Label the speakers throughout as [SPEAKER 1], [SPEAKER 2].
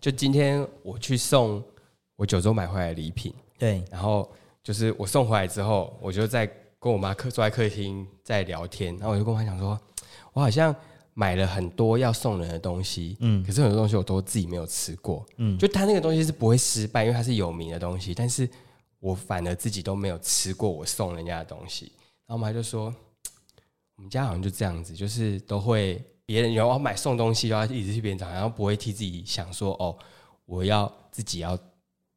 [SPEAKER 1] 就今天我去送我九州买回来的礼品，
[SPEAKER 2] 对，
[SPEAKER 1] 然后就是我送回来之后，我就在跟我妈客坐在客厅在聊天，然后我就跟我妈讲说，我好像买了很多要送人的东西，嗯，可是很多东西我都自己没有吃过，嗯，就它那个东西是不会失败，因为它是有名的东西，但是我反而自己都没有吃过我送人家的东西，然后我妈就说，我们家好像就这样子，就是都会别人有要买送东西，然后一直去别人找，然后不会替自己想说哦，我要自己要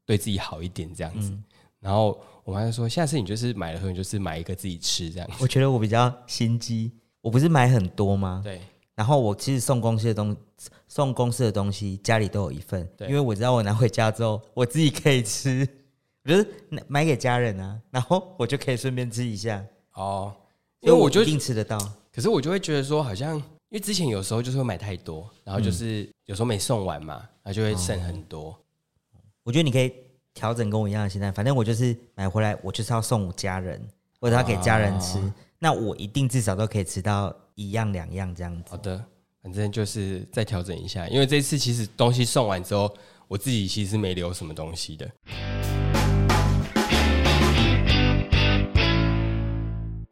[SPEAKER 1] 对自己好一点这样子。然后我妈就说，下次你就是买了后，你就是买一个自己吃这样。
[SPEAKER 2] 我觉得我比较心机，我不是买很多吗？
[SPEAKER 1] 对
[SPEAKER 2] 然后我其实送公司的东送公司的东西，家里都有一份，
[SPEAKER 1] 对
[SPEAKER 2] 因为我知道我拿回家之后，我自己可以吃，我就是拿买给家人啊，然后我就可以顺便吃一下，
[SPEAKER 1] 哦，因为我就
[SPEAKER 2] 一定吃得到。
[SPEAKER 1] 可是我就会觉得说，好像因为之前有时候就是会买太多，然后就是有时候没送完嘛，然后就会剩很多。
[SPEAKER 2] 我觉得你可以调整跟我一样的心态，反正我就是买回来，我就是要送我家人，或者要给家人吃，
[SPEAKER 1] 哦
[SPEAKER 2] 那我一定至少都可以吃到一样两样这样子。
[SPEAKER 1] 好的，反正就是再调整一下，因为这次其实东西送完之后，我自己其实没留什么东西的。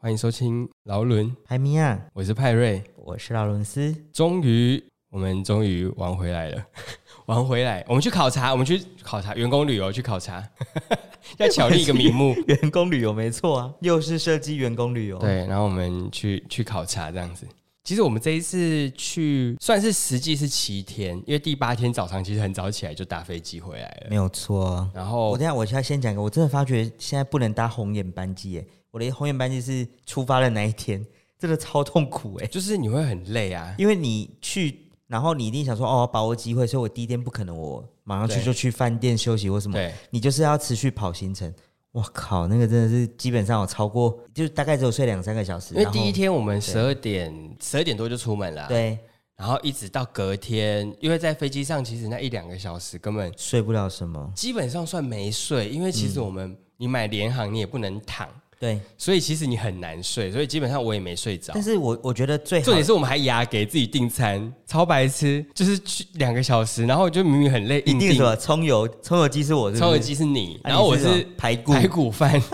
[SPEAKER 1] 欢迎收听劳伦，
[SPEAKER 2] 海米亚，
[SPEAKER 1] 我是派瑞。
[SPEAKER 2] 我是劳伦斯，
[SPEAKER 1] 终于，我们终于玩回来了， 玩回来。我们去考察，我们去考察员工旅游，去考察， 要巧立一个名 目。
[SPEAKER 2] 员工旅游没错啊，又是设计员工旅游。，
[SPEAKER 1] 对，然后我们去去考察这样子。其实我们这一次去算是实际是七天，因为第八天早上其实很早起来就搭飞机回来了。
[SPEAKER 2] 没有错。啊
[SPEAKER 1] 然
[SPEAKER 2] 我
[SPEAKER 1] 后
[SPEAKER 2] 等一下我要先讲一个，我真的发觉现在不能搭红眼班机耶，我的红眼班机是出发的那一天，真的超痛苦哎，
[SPEAKER 1] 就是你会很累 啊，
[SPEAKER 2] 因为你去，然后你一定想说哦，把握机会，所以我第一天不可能我马上去
[SPEAKER 1] 对
[SPEAKER 2] 就去饭店休息或什么，
[SPEAKER 1] 对，
[SPEAKER 2] 你就是要持续跑行程。我靠，那个真的是基本上我超过，就是大概只有睡两三个小时，
[SPEAKER 1] 因为
[SPEAKER 2] 然后
[SPEAKER 1] 第一天我们十二点十二点多就出门了啊、
[SPEAKER 2] 对
[SPEAKER 1] 然后一直到隔天，因为在飞机上其实那一两个小时根本
[SPEAKER 2] 睡不了什么，
[SPEAKER 1] 基本上算没睡，因为其
[SPEAKER 2] 嗯
[SPEAKER 1] 实我们、你买联航你也不能躺，
[SPEAKER 2] 对，
[SPEAKER 1] 所以其实你很难睡，所以基本上我也没睡着
[SPEAKER 2] 但。是我我觉得最好
[SPEAKER 1] 重点是我们还牙给自己订餐，超白痴，就是去两个小时，然后就明明很累，
[SPEAKER 2] 一
[SPEAKER 1] 硬
[SPEAKER 2] 定是什
[SPEAKER 1] 订。
[SPEAKER 2] 么葱油葱油鸡是我是不是
[SPEAKER 1] 超耳机是你，
[SPEAKER 2] 啊
[SPEAKER 1] 然后我
[SPEAKER 2] 你是
[SPEAKER 1] 是
[SPEAKER 2] 什么排骨
[SPEAKER 1] 排骨饭。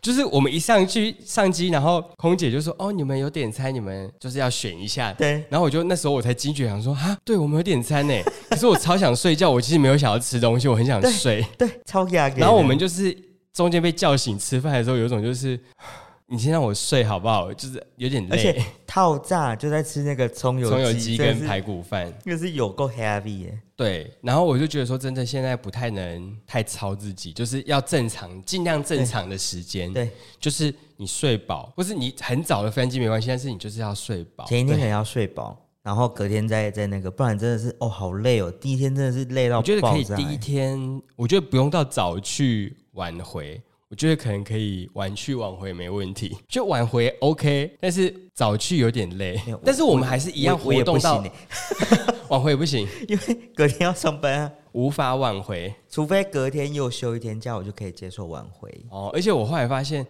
[SPEAKER 1] 就是我们一上去上机，然后空姐就说：“哦，你们有点餐，你们就是要选一下。”
[SPEAKER 2] 对
[SPEAKER 1] 然后我就那时候我才惊觉，想说：“啊，对我们有点餐呢。”可是我超想睡觉，我其实没有想要吃东西，我很想睡。
[SPEAKER 2] 对超牙给的，
[SPEAKER 1] 然后我们就是中间被叫醒吃饭的时候，有一种就是 你先让我睡好不好？就是有点
[SPEAKER 2] 而且
[SPEAKER 1] 累。
[SPEAKER 2] 套炸就在吃那个葱油
[SPEAKER 1] 葱油鸡
[SPEAKER 2] 真的
[SPEAKER 1] 跟
[SPEAKER 2] 是
[SPEAKER 1] 排骨饭，
[SPEAKER 2] 那个是有够 heavy 耶，
[SPEAKER 1] 对，然后我就觉得说，真的现在不太能太操自己，就是要正常，尽量正常的时间。
[SPEAKER 2] 对，
[SPEAKER 1] 就是你睡饱，或是你很早的飞机没关系，但是你就是要睡饱。
[SPEAKER 2] 前一天可能要睡饱，然后隔天再再那个，不然真的是哦好累哦，第一天真的是累到
[SPEAKER 1] 我觉得可以
[SPEAKER 2] 爆炸欸
[SPEAKER 1] 第一天，我觉得不用到早去晚回，我觉得可能可以晚去晚回没问题，就晚回 OK，但是早去有点累
[SPEAKER 2] 没有我。
[SPEAKER 1] 但是我们还是一样
[SPEAKER 2] 我我
[SPEAKER 1] 活
[SPEAKER 2] 也
[SPEAKER 1] 动
[SPEAKER 2] 不
[SPEAKER 1] 到
[SPEAKER 2] 行欸耶，
[SPEAKER 1] 晚回也不行，
[SPEAKER 2] 因为隔天要上班啊，
[SPEAKER 1] 无法挽回。
[SPEAKER 2] 除非隔天又休一天假，我就可以接受晚回。
[SPEAKER 1] 哦，而且我后来发现，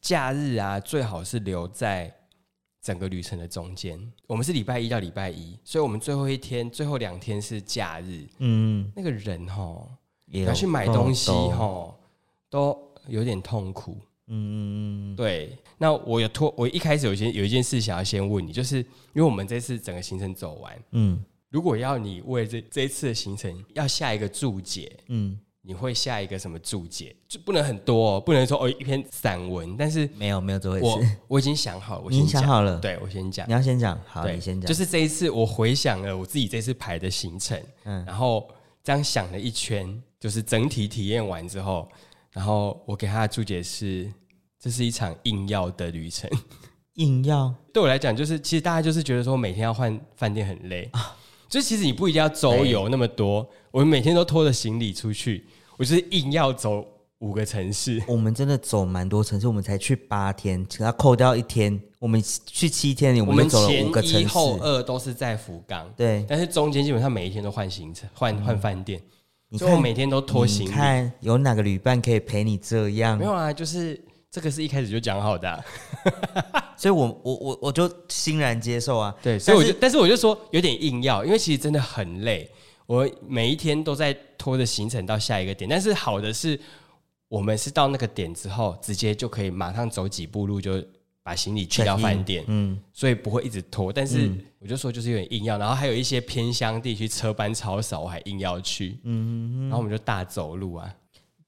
[SPEAKER 1] 假日啊，最好是留在整个旅程的中间。我们是礼拜一到礼拜一，所以我们最后一天、最后两天是假日。
[SPEAKER 2] 嗯，
[SPEAKER 1] 那个人吼，
[SPEAKER 2] 也
[SPEAKER 1] 要去买东西
[SPEAKER 2] 哈，
[SPEAKER 1] 吼，都有点痛苦。
[SPEAKER 2] 嗯，
[SPEAKER 1] 对，那我有托，我一开始有些有一件事想要先问你，就是因为我们这次整个行程走完，
[SPEAKER 2] 嗯
[SPEAKER 1] 如果要你为这这一次的行程要下一个注解，
[SPEAKER 2] 嗯，
[SPEAKER 1] 你会下一个什么注解？就不能很多、哦，不能说哦一篇散文，但是
[SPEAKER 2] 没有没有这回
[SPEAKER 1] 我
[SPEAKER 2] 事，
[SPEAKER 1] 我已经想好了，我
[SPEAKER 2] 你已
[SPEAKER 1] 先
[SPEAKER 2] 经想
[SPEAKER 1] 讲。
[SPEAKER 2] 好了，，
[SPEAKER 1] 对，我先讲
[SPEAKER 2] 你。要先讲，好，
[SPEAKER 1] 对，
[SPEAKER 2] 你先讲，
[SPEAKER 1] 就是这一次我回想了我自己这次排的行程，
[SPEAKER 2] 嗯
[SPEAKER 1] 然后这样想了一圈，就是整体体验完之后，然后我给他的注解是，这是一场硬要的旅程。
[SPEAKER 2] 硬要
[SPEAKER 1] 对我来讲，就是其实大家就是觉得说每天要换饭店很累，
[SPEAKER 2] 啊
[SPEAKER 1] 就其实你不一定要周游那么多，我每天都拖着行李出去，我就是硬要走五个城市。
[SPEAKER 2] 我们真的走蛮多城市，我们才去八天，只要扣掉一天，我们去七天里，我
[SPEAKER 1] 我们
[SPEAKER 2] 们就走了
[SPEAKER 1] 前
[SPEAKER 2] 五个城
[SPEAKER 1] 一后
[SPEAKER 2] 市。
[SPEAKER 1] 二都是在福冈，
[SPEAKER 2] 对，嗯
[SPEAKER 1] 但是中间基本上每一天都换行程，换换饭店，
[SPEAKER 2] 你
[SPEAKER 1] 所以我
[SPEAKER 2] 看，
[SPEAKER 1] 每天都拖行
[SPEAKER 2] 你
[SPEAKER 1] 李。
[SPEAKER 2] 看有哪个旅伴可以陪你这样
[SPEAKER 1] 没？有啊，就是这个是一开始就讲好的啊、
[SPEAKER 2] 所以我我我我就欣然接受啊。
[SPEAKER 1] 对，所以我就
[SPEAKER 2] 但
[SPEAKER 1] 但是我就说有点硬要，因为其实真的很累。我每一天都在拖着行程到下一个点。但是好的是，我们是到那个点之后，直接就可以马上走几步路就把行李去到饭店，
[SPEAKER 2] 嗯，
[SPEAKER 1] 所以不会一直拖。但是我就说就是有点硬要，然后还有一些偏乡地区车班超少，我还硬要去，嗯，然后我们就大走路啊，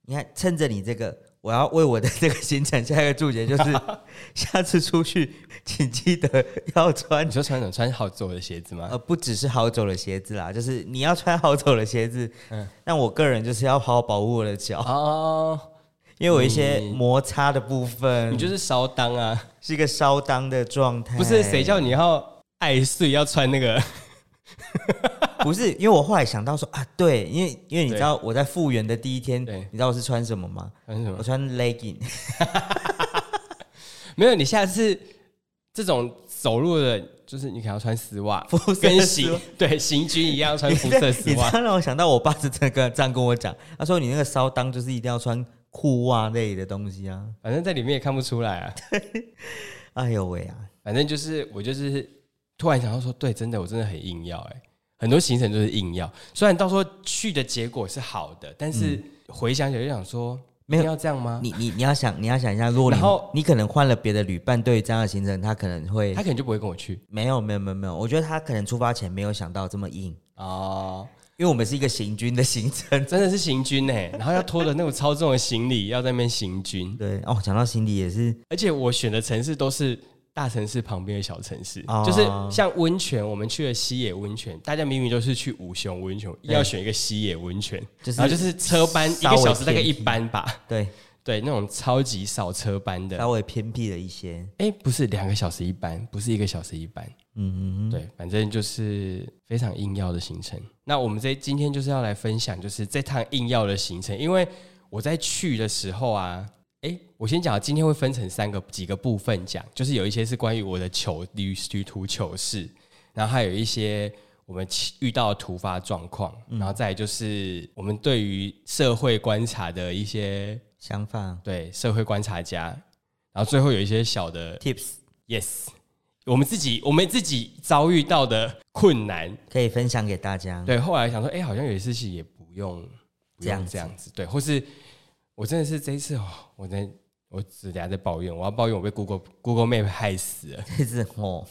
[SPEAKER 2] 你看，趁着你这个，我要为我的这个行程下一个注解，就是 下次出去，请记得要穿
[SPEAKER 1] 你说穿什么？穿好走的鞋子吗？
[SPEAKER 2] 呃，不只是好走的鞋子啦， 就是你要穿好走的鞋子。嗯，但我个人就是要好好保护我的脚，
[SPEAKER 1] 哦，
[SPEAKER 2] 因为我一些摩擦的部分，
[SPEAKER 1] 嗯你就是烧裆啊，
[SPEAKER 2] 是一个烧裆的状态。
[SPEAKER 1] 不是谁叫你要爱睡要穿那个？
[SPEAKER 2] 不是，因为我后来想到说啊，对，因为因为你
[SPEAKER 1] 对
[SPEAKER 2] 知道我在复原的第一天，
[SPEAKER 1] 对嗯
[SPEAKER 2] 你知道我是穿什么吗？
[SPEAKER 1] 穿什么
[SPEAKER 2] 我？穿 legging，
[SPEAKER 1] 没有，你下次这种走路的，就是你可能要穿丝袜，
[SPEAKER 2] 肤色
[SPEAKER 1] 跟
[SPEAKER 2] 丝袜
[SPEAKER 1] 行对行军一样穿肤
[SPEAKER 2] 你这
[SPEAKER 1] 色
[SPEAKER 2] 样
[SPEAKER 1] 丝
[SPEAKER 2] 你这
[SPEAKER 1] 袜。
[SPEAKER 2] 样让我想到我爸是这个这样跟我讲，他说你那个烧裆就是一定要穿裤袜类的东西啊。
[SPEAKER 1] 反正在里面也看不出来啊。
[SPEAKER 2] 哎呦喂啊，
[SPEAKER 1] 反正就是我就是突然想到说，对，真的我真的很硬要哎、很多行程都是硬要。虽然到时候去的结果是好的，但是回想起来就想说，
[SPEAKER 2] 嗯没
[SPEAKER 1] 一
[SPEAKER 2] 有
[SPEAKER 1] 定要这样吗？
[SPEAKER 2] 你你你要想你要想一下，如果你
[SPEAKER 1] 啊然后
[SPEAKER 2] 你可能换了别的旅伴，对于这样的行程，他可能会
[SPEAKER 1] 他可能就不会跟我去
[SPEAKER 2] 没有没有没有没有，我觉得他可能出发前没有想到这么硬，
[SPEAKER 1] 哦。
[SPEAKER 2] 因为我们是一个行军的行 程。
[SPEAKER 1] 真的是行军哎、然后要拖着那种超重的行李，要在那边行军。
[SPEAKER 2] 对哦，讲到行李也是
[SPEAKER 1] 而且我选的城市都是大城市旁边的小城市，
[SPEAKER 2] 哦
[SPEAKER 1] 就是像温泉，我们去了西野温泉，大家明明都是去五熊温泉，要选一个西野温泉，
[SPEAKER 2] 就是
[SPEAKER 1] 然后就是车班一
[SPEAKER 2] 稍微
[SPEAKER 1] 个小时大概
[SPEAKER 2] 偏僻
[SPEAKER 1] 一班吧，
[SPEAKER 2] 对
[SPEAKER 1] 对，那种超级少车班的，
[SPEAKER 2] 稍微偏僻了一些，
[SPEAKER 1] 哎、不是两个小时一班，不是一个小时一班，
[SPEAKER 2] 嗯嗯
[SPEAKER 1] 对，反正就是非常硬要的行程。那我们这今天就是要来分享，就是这趟硬要的行程，因为我在去的时候啊，诶，我先讲，今天会分成三个几个部分讲，就是有一些是关于我的糗旅旅途糗事，然后还有一些我们其遇到的突发状况，然后再来就是我们对于社会观察的一些
[SPEAKER 2] 想法
[SPEAKER 1] 对社会观察家，然后最后有一些小的
[SPEAKER 2] tips
[SPEAKER 1] yes。我们自己，我们自己遭遇到的困难，
[SPEAKER 2] 可以分享给大家。
[SPEAKER 1] 对，后来想说，哎、好像有些事情也不用不
[SPEAKER 2] 这样
[SPEAKER 1] 用
[SPEAKER 2] 子
[SPEAKER 1] 这样子，对，或是我真的是这一次哦，我在我只等下在抱怨，我要抱怨我被 Google Google Map 害死了，
[SPEAKER 2] 这是哦，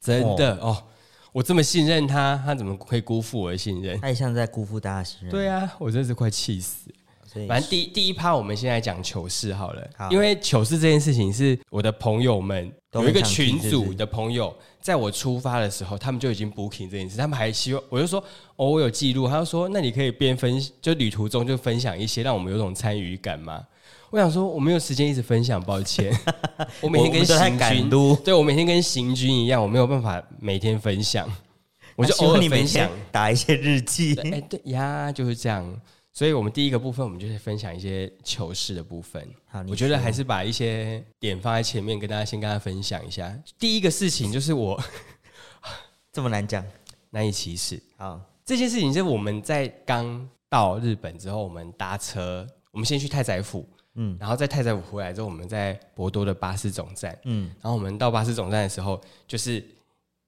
[SPEAKER 1] 真的哦我这么信任他，他怎么会辜负我的信任？
[SPEAKER 2] 他也像在辜负大家信任。
[SPEAKER 1] 对啊，我真是快气死了。
[SPEAKER 2] 所以
[SPEAKER 1] 反正第第一趴，我们先来讲糗事好了，
[SPEAKER 2] 好
[SPEAKER 1] 因为糗事这件事情是我的朋友们
[SPEAKER 2] 都
[SPEAKER 1] 有一个
[SPEAKER 2] 很想听
[SPEAKER 1] 群
[SPEAKER 2] 是不
[SPEAKER 1] 组
[SPEAKER 2] 是
[SPEAKER 1] 的朋友，在我出发的时候，他们就已经 booking 这件事，他们还希望我就说哦，我有记录，他就说那你可以边分就旅途中就分享一些，让我们有种参与感吗？我想说我没有时间一直分享，抱 歉，我每天
[SPEAKER 2] 我
[SPEAKER 1] 跟
[SPEAKER 2] 们都在
[SPEAKER 1] 行
[SPEAKER 2] 赶
[SPEAKER 1] 军
[SPEAKER 2] 路，
[SPEAKER 1] 对我每天跟行军一样，我没有办法每天分享，我就
[SPEAKER 2] 那希
[SPEAKER 1] 偶
[SPEAKER 2] 望
[SPEAKER 1] 尔
[SPEAKER 2] 你每
[SPEAKER 1] 分享
[SPEAKER 2] 天。打一些日记。
[SPEAKER 1] 对哎、对呀，就是这样。所以我们第一个部分，我们就是分享一些糗事的部分。
[SPEAKER 2] 好，你
[SPEAKER 1] 我觉得
[SPEAKER 2] 说
[SPEAKER 1] 还是把一些点放在前面，跟大家先跟大家分享一下。第一个事情就是我
[SPEAKER 2] 这么难讲。
[SPEAKER 1] 难以启齿
[SPEAKER 2] 好，
[SPEAKER 1] 这件事情，是我们在刚到日本之后，我们搭车，我们先去太宰府，嗯，然后在太宰府回来之后，我们在博多的巴士总站，
[SPEAKER 2] 嗯
[SPEAKER 1] 嗯，然后我们到巴士总站的时候，就是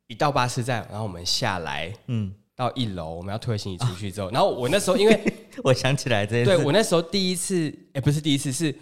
[SPEAKER 1] 一到巴士站，然后我们下来
[SPEAKER 2] 嗯，
[SPEAKER 1] 到一楼，我们要推行李出去之后，然后我那时候因为
[SPEAKER 2] 我想起来这件
[SPEAKER 1] 对
[SPEAKER 2] 事。
[SPEAKER 1] 我那时候第一次，哎、不是第一次，是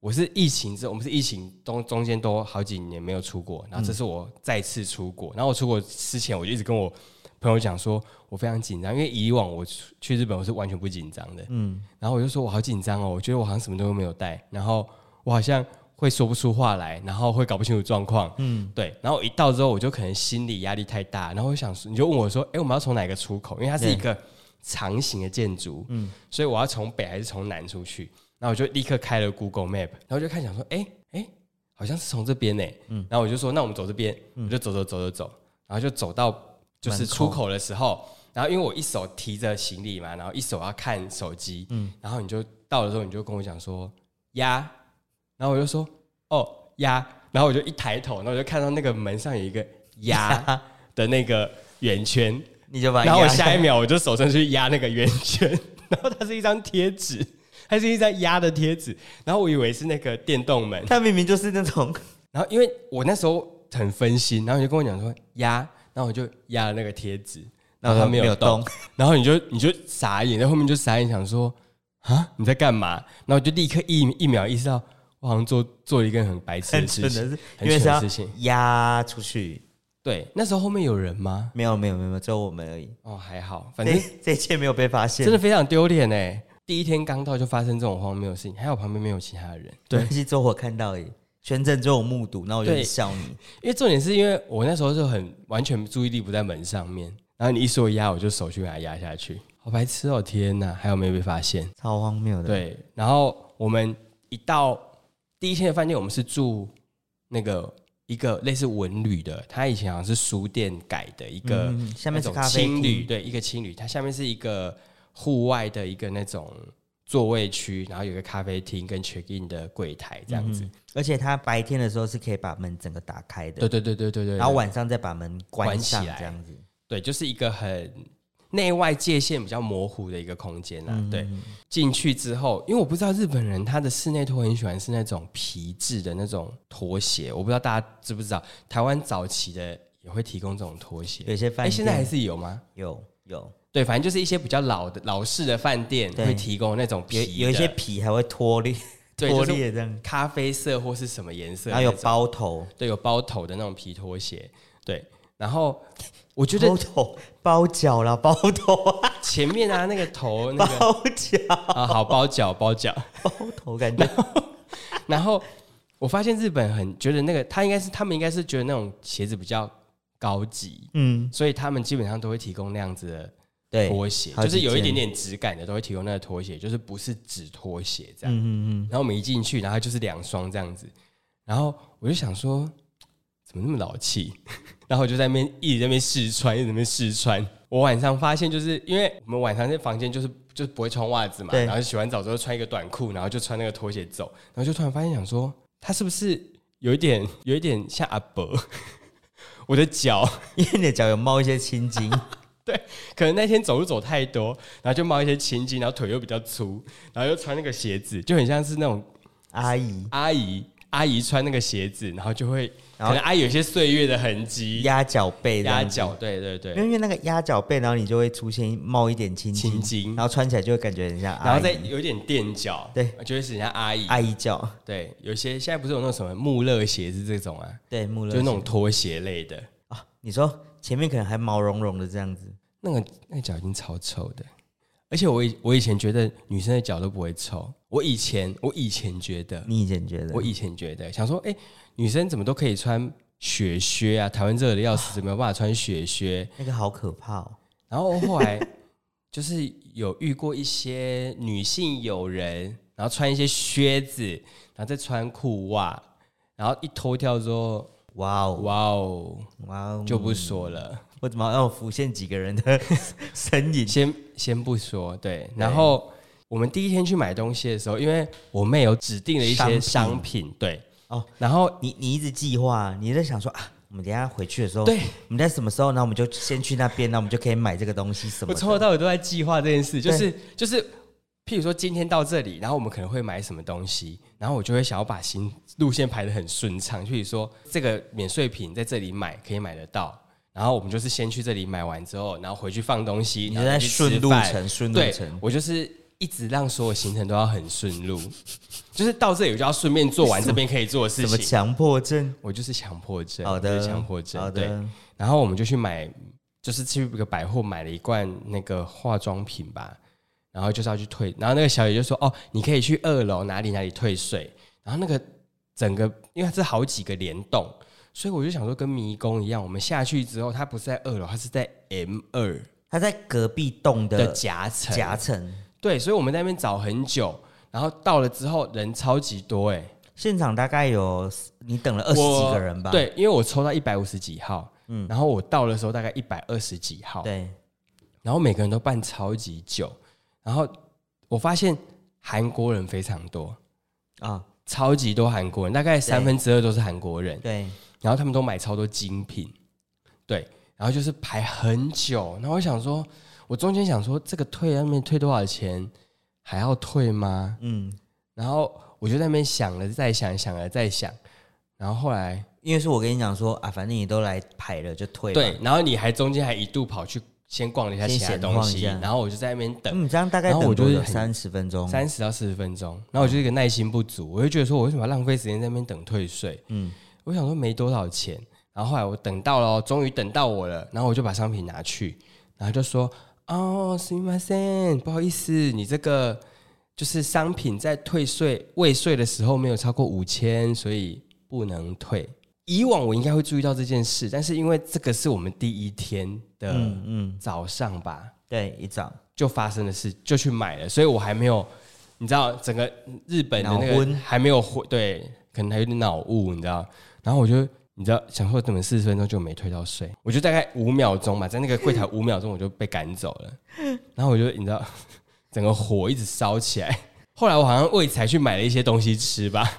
[SPEAKER 1] 我是疫情之后，我们是疫情中中间都好几年没有出国，然后这是我再次出国，然后我出国之前我就一直跟我朋友讲说，我非常紧张，因为以往我出去日本我是完全不紧张的，
[SPEAKER 2] 嗯，
[SPEAKER 1] 然后我就说我好紧张哦，我觉得我好像什么都没有带，然后我好像会说不出话来，然后会搞不清楚状况，嗯，对，然后我一到之后我就可能心理压力太大，然后我想说，你就问我说，哎、我们要从哪个出口？因为它是一个长形的建筑，嗯，所以我要从北还是从南出去？然后我就立刻开了 Google Map，然后我就看想说，哎、哎、好像是从这边呢、嗯，然后我就说，那我们走这边，我就走走走走走，然后就走到就是出口的时候，然后因为我一手提着行李嘛，然后一手要看手机，嗯，然后你就到的时候，你就跟我讲说呀，然后我就说哦呀，然后我就一抬头，然后我就看到那个门上有一个呀的那个圆圈，
[SPEAKER 2] 你就 把
[SPEAKER 1] 然后我
[SPEAKER 2] 压
[SPEAKER 1] 下一秒我就手伸出去压那个圆圈，然后它是一张贴纸，它是一张压的贴纸，然后我以为是那个电动门，
[SPEAKER 2] 他明明就是那种
[SPEAKER 1] 然后因为我那时候很分心，然后你就跟我讲说压，然后我就压了那个贴纸，
[SPEAKER 2] 然后
[SPEAKER 1] 他
[SPEAKER 2] 他
[SPEAKER 1] 没有
[SPEAKER 2] 呃有
[SPEAKER 1] 动， 然后你就你就傻眼，在后面就傻眼，想说啊你在干嘛？然后我就立刻一一秒意识到，我好像做做了一件很白痴
[SPEAKER 2] 很
[SPEAKER 1] 的
[SPEAKER 2] 蠢
[SPEAKER 1] 事
[SPEAKER 2] 哎
[SPEAKER 1] 情，
[SPEAKER 2] 的是，
[SPEAKER 1] 很
[SPEAKER 2] 因为是
[SPEAKER 1] 蠢
[SPEAKER 2] 要
[SPEAKER 1] 的事情。
[SPEAKER 2] 压出去。
[SPEAKER 1] 对，那时候后面有人吗？
[SPEAKER 2] 没有没有没有，只有我们而已。
[SPEAKER 1] 哦，还好，反正
[SPEAKER 2] 这这一切没有被发现，
[SPEAKER 1] 真的非常丢脸哎！第一天刚到就发生这种荒谬的事情，还好旁边没有其他人。
[SPEAKER 2] 对，是周火看到而已，全程只有我目睹，那我就
[SPEAKER 1] 对
[SPEAKER 2] 很笑你。
[SPEAKER 1] 因为重点是因为我那时候就很完全注意力不在门上面，然后你一说压，我就手去给它压下去，好白痴哦！天哪，还有没有被发现？
[SPEAKER 2] 超荒谬的。，
[SPEAKER 1] 对，然后我们一到第一天的饭店，我们是住那个一个类似文旅的，它以前好像是书店改的一个、
[SPEAKER 2] 嗯，下面是
[SPEAKER 1] 那种
[SPEAKER 2] 咖啡
[SPEAKER 1] 青旅，
[SPEAKER 2] 厅，
[SPEAKER 1] 对，一个青旅，它下面是一个户外的一个那种座位区，然后有一个咖啡厅跟 check in 的柜台这样子。
[SPEAKER 2] 嗯而且它白天的时候是可以把门整个打开
[SPEAKER 1] 嗯
[SPEAKER 2] 的，
[SPEAKER 1] 对对对对对对，
[SPEAKER 2] 然后晚上再把门关
[SPEAKER 1] 关
[SPEAKER 2] 上，
[SPEAKER 1] 起来
[SPEAKER 2] 这样子。
[SPEAKER 1] 对，就是一个很内外界限比较模糊的一个空间
[SPEAKER 2] 嗯
[SPEAKER 1] 啦。对，进去之后，因为我不知道日本人他的室内拖很喜欢是那种皮质的那种拖鞋，我不知道大家知不知道，台湾早期的也会提供这种拖鞋。
[SPEAKER 2] 有一些
[SPEAKER 1] 哎、
[SPEAKER 2] 饭店
[SPEAKER 1] 现在还是有吗？
[SPEAKER 2] 有有
[SPEAKER 1] 对，反正就是一些比较老的老式的饭店
[SPEAKER 2] 对
[SPEAKER 1] 会提供那种皮
[SPEAKER 2] 有
[SPEAKER 1] 的
[SPEAKER 2] 有一些皮还会脱裂
[SPEAKER 1] 对
[SPEAKER 2] 脱
[SPEAKER 1] 就是
[SPEAKER 2] 裂这样，
[SPEAKER 1] 咖啡色或是什么颜色
[SPEAKER 2] 然
[SPEAKER 1] 那
[SPEAKER 2] 后
[SPEAKER 1] 种，
[SPEAKER 2] 有包头，
[SPEAKER 1] 对有包头的那种皮拖鞋，对。然后我觉得
[SPEAKER 2] 包头包脚啦，包头啊，
[SPEAKER 1] 前面啊那个 头 那个
[SPEAKER 2] 包脚
[SPEAKER 1] 啊好包脚包脚，
[SPEAKER 2] 包头感觉
[SPEAKER 1] 然后我发现日本很觉得那个他应该是他们应该是觉得那种鞋子比较高级，
[SPEAKER 2] 嗯
[SPEAKER 1] 所以他们基本上都会提供那样子的
[SPEAKER 2] 对，
[SPEAKER 1] 拖鞋，
[SPEAKER 2] 好
[SPEAKER 1] 就
[SPEAKER 2] 几
[SPEAKER 1] 是有一
[SPEAKER 2] 件
[SPEAKER 1] 点点质感的都会提供那个拖鞋，就是不是纸拖鞋这样。
[SPEAKER 2] 嗯嗯嗯，
[SPEAKER 1] 然后我们一进去，然后就是两双这样子，然后我就想说，怎么那么老气？ 然后我就在那边一直在那边试穿，一直在那边试穿。我晚上发现，就是因为我们晚上在房间就是就是不会穿袜子嘛，
[SPEAKER 2] 对
[SPEAKER 1] 然后洗完澡之后穿一个短裤，然后就穿那个拖鞋走，然后就突然发现想说，他是不是有一点有一点像阿伯？ 我的脚
[SPEAKER 2] 因为你的脚有冒一些青筋，
[SPEAKER 1] 可能那天走路走太多，然后就冒一些青筋，然后腿又比较粗，然后又穿那个鞋子，就很像是那种
[SPEAKER 2] 阿姨
[SPEAKER 1] 阿姨阿姨穿那个鞋子，然后就会可
[SPEAKER 2] 然后
[SPEAKER 1] 能阿姨有一些岁月的痕迹，
[SPEAKER 2] 压脚背这样
[SPEAKER 1] 压
[SPEAKER 2] 子
[SPEAKER 1] 脚，对对
[SPEAKER 2] 因为
[SPEAKER 1] 对，
[SPEAKER 2] 因为那个压脚背，然后你就会出现冒一点青
[SPEAKER 1] 青
[SPEAKER 2] 筋，
[SPEAKER 1] 筋，
[SPEAKER 2] 然后穿起来就会感觉很像
[SPEAKER 1] 然
[SPEAKER 2] 阿
[SPEAKER 1] 后
[SPEAKER 2] 姨
[SPEAKER 1] 再有一点垫脚，
[SPEAKER 2] 对，
[SPEAKER 1] 就会是人家阿姨，
[SPEAKER 2] 阿姨脚，
[SPEAKER 1] 对，有些现在不是有那种什么穆勒鞋是这种啊，
[SPEAKER 2] 对穆勒
[SPEAKER 1] 就那种
[SPEAKER 2] 鞋
[SPEAKER 1] 拖鞋类的，
[SPEAKER 2] 啊，你说前面可能还毛茸茸的这样子，
[SPEAKER 1] 那个那个脚已经超臭的，而且我以我以前觉得女生的脚都不会臭，我以前我以前觉得，
[SPEAKER 2] 你以前觉得
[SPEAKER 1] 我以前觉得想说，哎、女生怎么都可以穿雪靴啊，台湾热的要死，怎么有办法穿雪靴？
[SPEAKER 2] 那个好可怕哦，
[SPEAKER 1] 然后后来就是有遇过一些女性友人，然后穿一些靴子，然后再穿裤袜，然后一脱掉之后，
[SPEAKER 2] 哇哦
[SPEAKER 1] 哇哦，
[SPEAKER 2] 哇哦，
[SPEAKER 1] 就不说了，
[SPEAKER 2] 我怎么让我浮现几个人的 身影？
[SPEAKER 1] 先先不说。对，然后我们第一天去买东西的时候，因为我妹有指定了一些
[SPEAKER 2] 商品
[SPEAKER 1] 商品，对，
[SPEAKER 2] 哦，
[SPEAKER 1] 然后
[SPEAKER 2] 你你一直计划，你在想说啊，我们等一下回去的时候，
[SPEAKER 1] 对，
[SPEAKER 2] 我们在什么时候呢？我们就先去那边，那我们就可以买这个东西什么
[SPEAKER 1] 我
[SPEAKER 2] 的
[SPEAKER 1] 从头到尾都在计划这件事，就是就是，譬如说今天到这里，然后我们可能会买什么东西，然后我就会想要把行路线排得很顺畅，譬如说这个免税品在这里买可以买得到，然后我们就是先去这里买完之后，然后回去放东西，
[SPEAKER 2] 你
[SPEAKER 1] 然
[SPEAKER 2] 就
[SPEAKER 1] 后
[SPEAKER 2] 在
[SPEAKER 1] 去吃
[SPEAKER 2] 顺路
[SPEAKER 1] 饭
[SPEAKER 2] 程，顺路
[SPEAKER 1] 对
[SPEAKER 2] 程，，
[SPEAKER 1] 我就是一直让所有行程都要很顺路，就是到这里我就要顺便做完这边可以做的 事
[SPEAKER 2] 什么
[SPEAKER 1] 情。
[SPEAKER 2] 强迫症？
[SPEAKER 1] 我就是强迫症，
[SPEAKER 2] 好
[SPEAKER 1] 我
[SPEAKER 2] 的，
[SPEAKER 1] 就是强迫症，
[SPEAKER 2] 好
[SPEAKER 1] 对。
[SPEAKER 2] 的，
[SPEAKER 1] 然后我们就去买，就是去一个百货买了一罐那个化妆品吧，然后就是要去退，然后那个小姐就说：“哦，你可以去二楼哪里哪里退税。”然后那个整个，因为它是好几个联动，所以我就想说跟迷宫一样，我们下去之后，它不是在二楼，它是在 M 二
[SPEAKER 2] 他在隔壁栋
[SPEAKER 1] 的
[SPEAKER 2] 的
[SPEAKER 1] 夹层，
[SPEAKER 2] 夹层，
[SPEAKER 1] 对，所以我们在那边找很久，然后到了之后人超级多、欸，哎，
[SPEAKER 2] 现场大概有你等了二十几个人吧？
[SPEAKER 1] 对，因为我抽到一百五十几号，嗯，然后我到的时候大概一百二十几号，
[SPEAKER 2] 对，
[SPEAKER 1] 然后每个人都办超级久，然后我发现韩国人非常多，
[SPEAKER 2] 啊，
[SPEAKER 1] 超级多韩国人，大概三分之二都是韩国人，
[SPEAKER 2] 对，
[SPEAKER 1] 然后他们都买超多精品，对，然后就是排很久，然后我想说，我中间想说这个退啊那边退多少钱，还要退吗？
[SPEAKER 2] 嗯，
[SPEAKER 1] 然后我就在那边想了再想，想了再想，然后后来
[SPEAKER 2] 因为是我跟你讲说啊，反正你都来排了就退吧
[SPEAKER 1] 对，然后你还中间还一度跑去先逛了一下
[SPEAKER 2] 先
[SPEAKER 1] 其他
[SPEAKER 2] 闲
[SPEAKER 1] 东
[SPEAKER 2] 晃一
[SPEAKER 1] 西，
[SPEAKER 2] 下
[SPEAKER 1] 然后我就在那边等
[SPEAKER 2] 嗯，这样大概
[SPEAKER 1] 然后
[SPEAKER 2] 等
[SPEAKER 1] 我就是
[SPEAKER 2] 多
[SPEAKER 1] 很
[SPEAKER 2] 三十分钟，
[SPEAKER 1] 三十到四十分钟，然后我就一个耐心不足，我就觉得说我为什么要浪费时间在那边等退税？
[SPEAKER 2] 嗯
[SPEAKER 1] 我想说没多少钱，然后后来我等到了哦，终于等到我了，然后我就把商品拿去，然后就说哦，すみません，不好意思，你这个就是商品在退税未税的时候没有超过五千，所以不能退。以往我应该会注意到这件事，但是因为这个是我们第一天的
[SPEAKER 2] 嗯嗯，
[SPEAKER 1] 早上吧，
[SPEAKER 2] 对，一早
[SPEAKER 1] 就发生的事，就去买了，所以我还没有，你知道整个日本的那
[SPEAKER 2] 脑
[SPEAKER 1] 个
[SPEAKER 2] 昏
[SPEAKER 1] 还没有回，对，可能还有点脑雾，你知道。然后我就你知道，想说等了四十分钟就没退到税，我就大概五秒钟吧，在那个柜台五秒钟我就被赶走 了，然后我就你知道，整个火一直烧起来。后来我好像为此还去买了一些东西吃吧，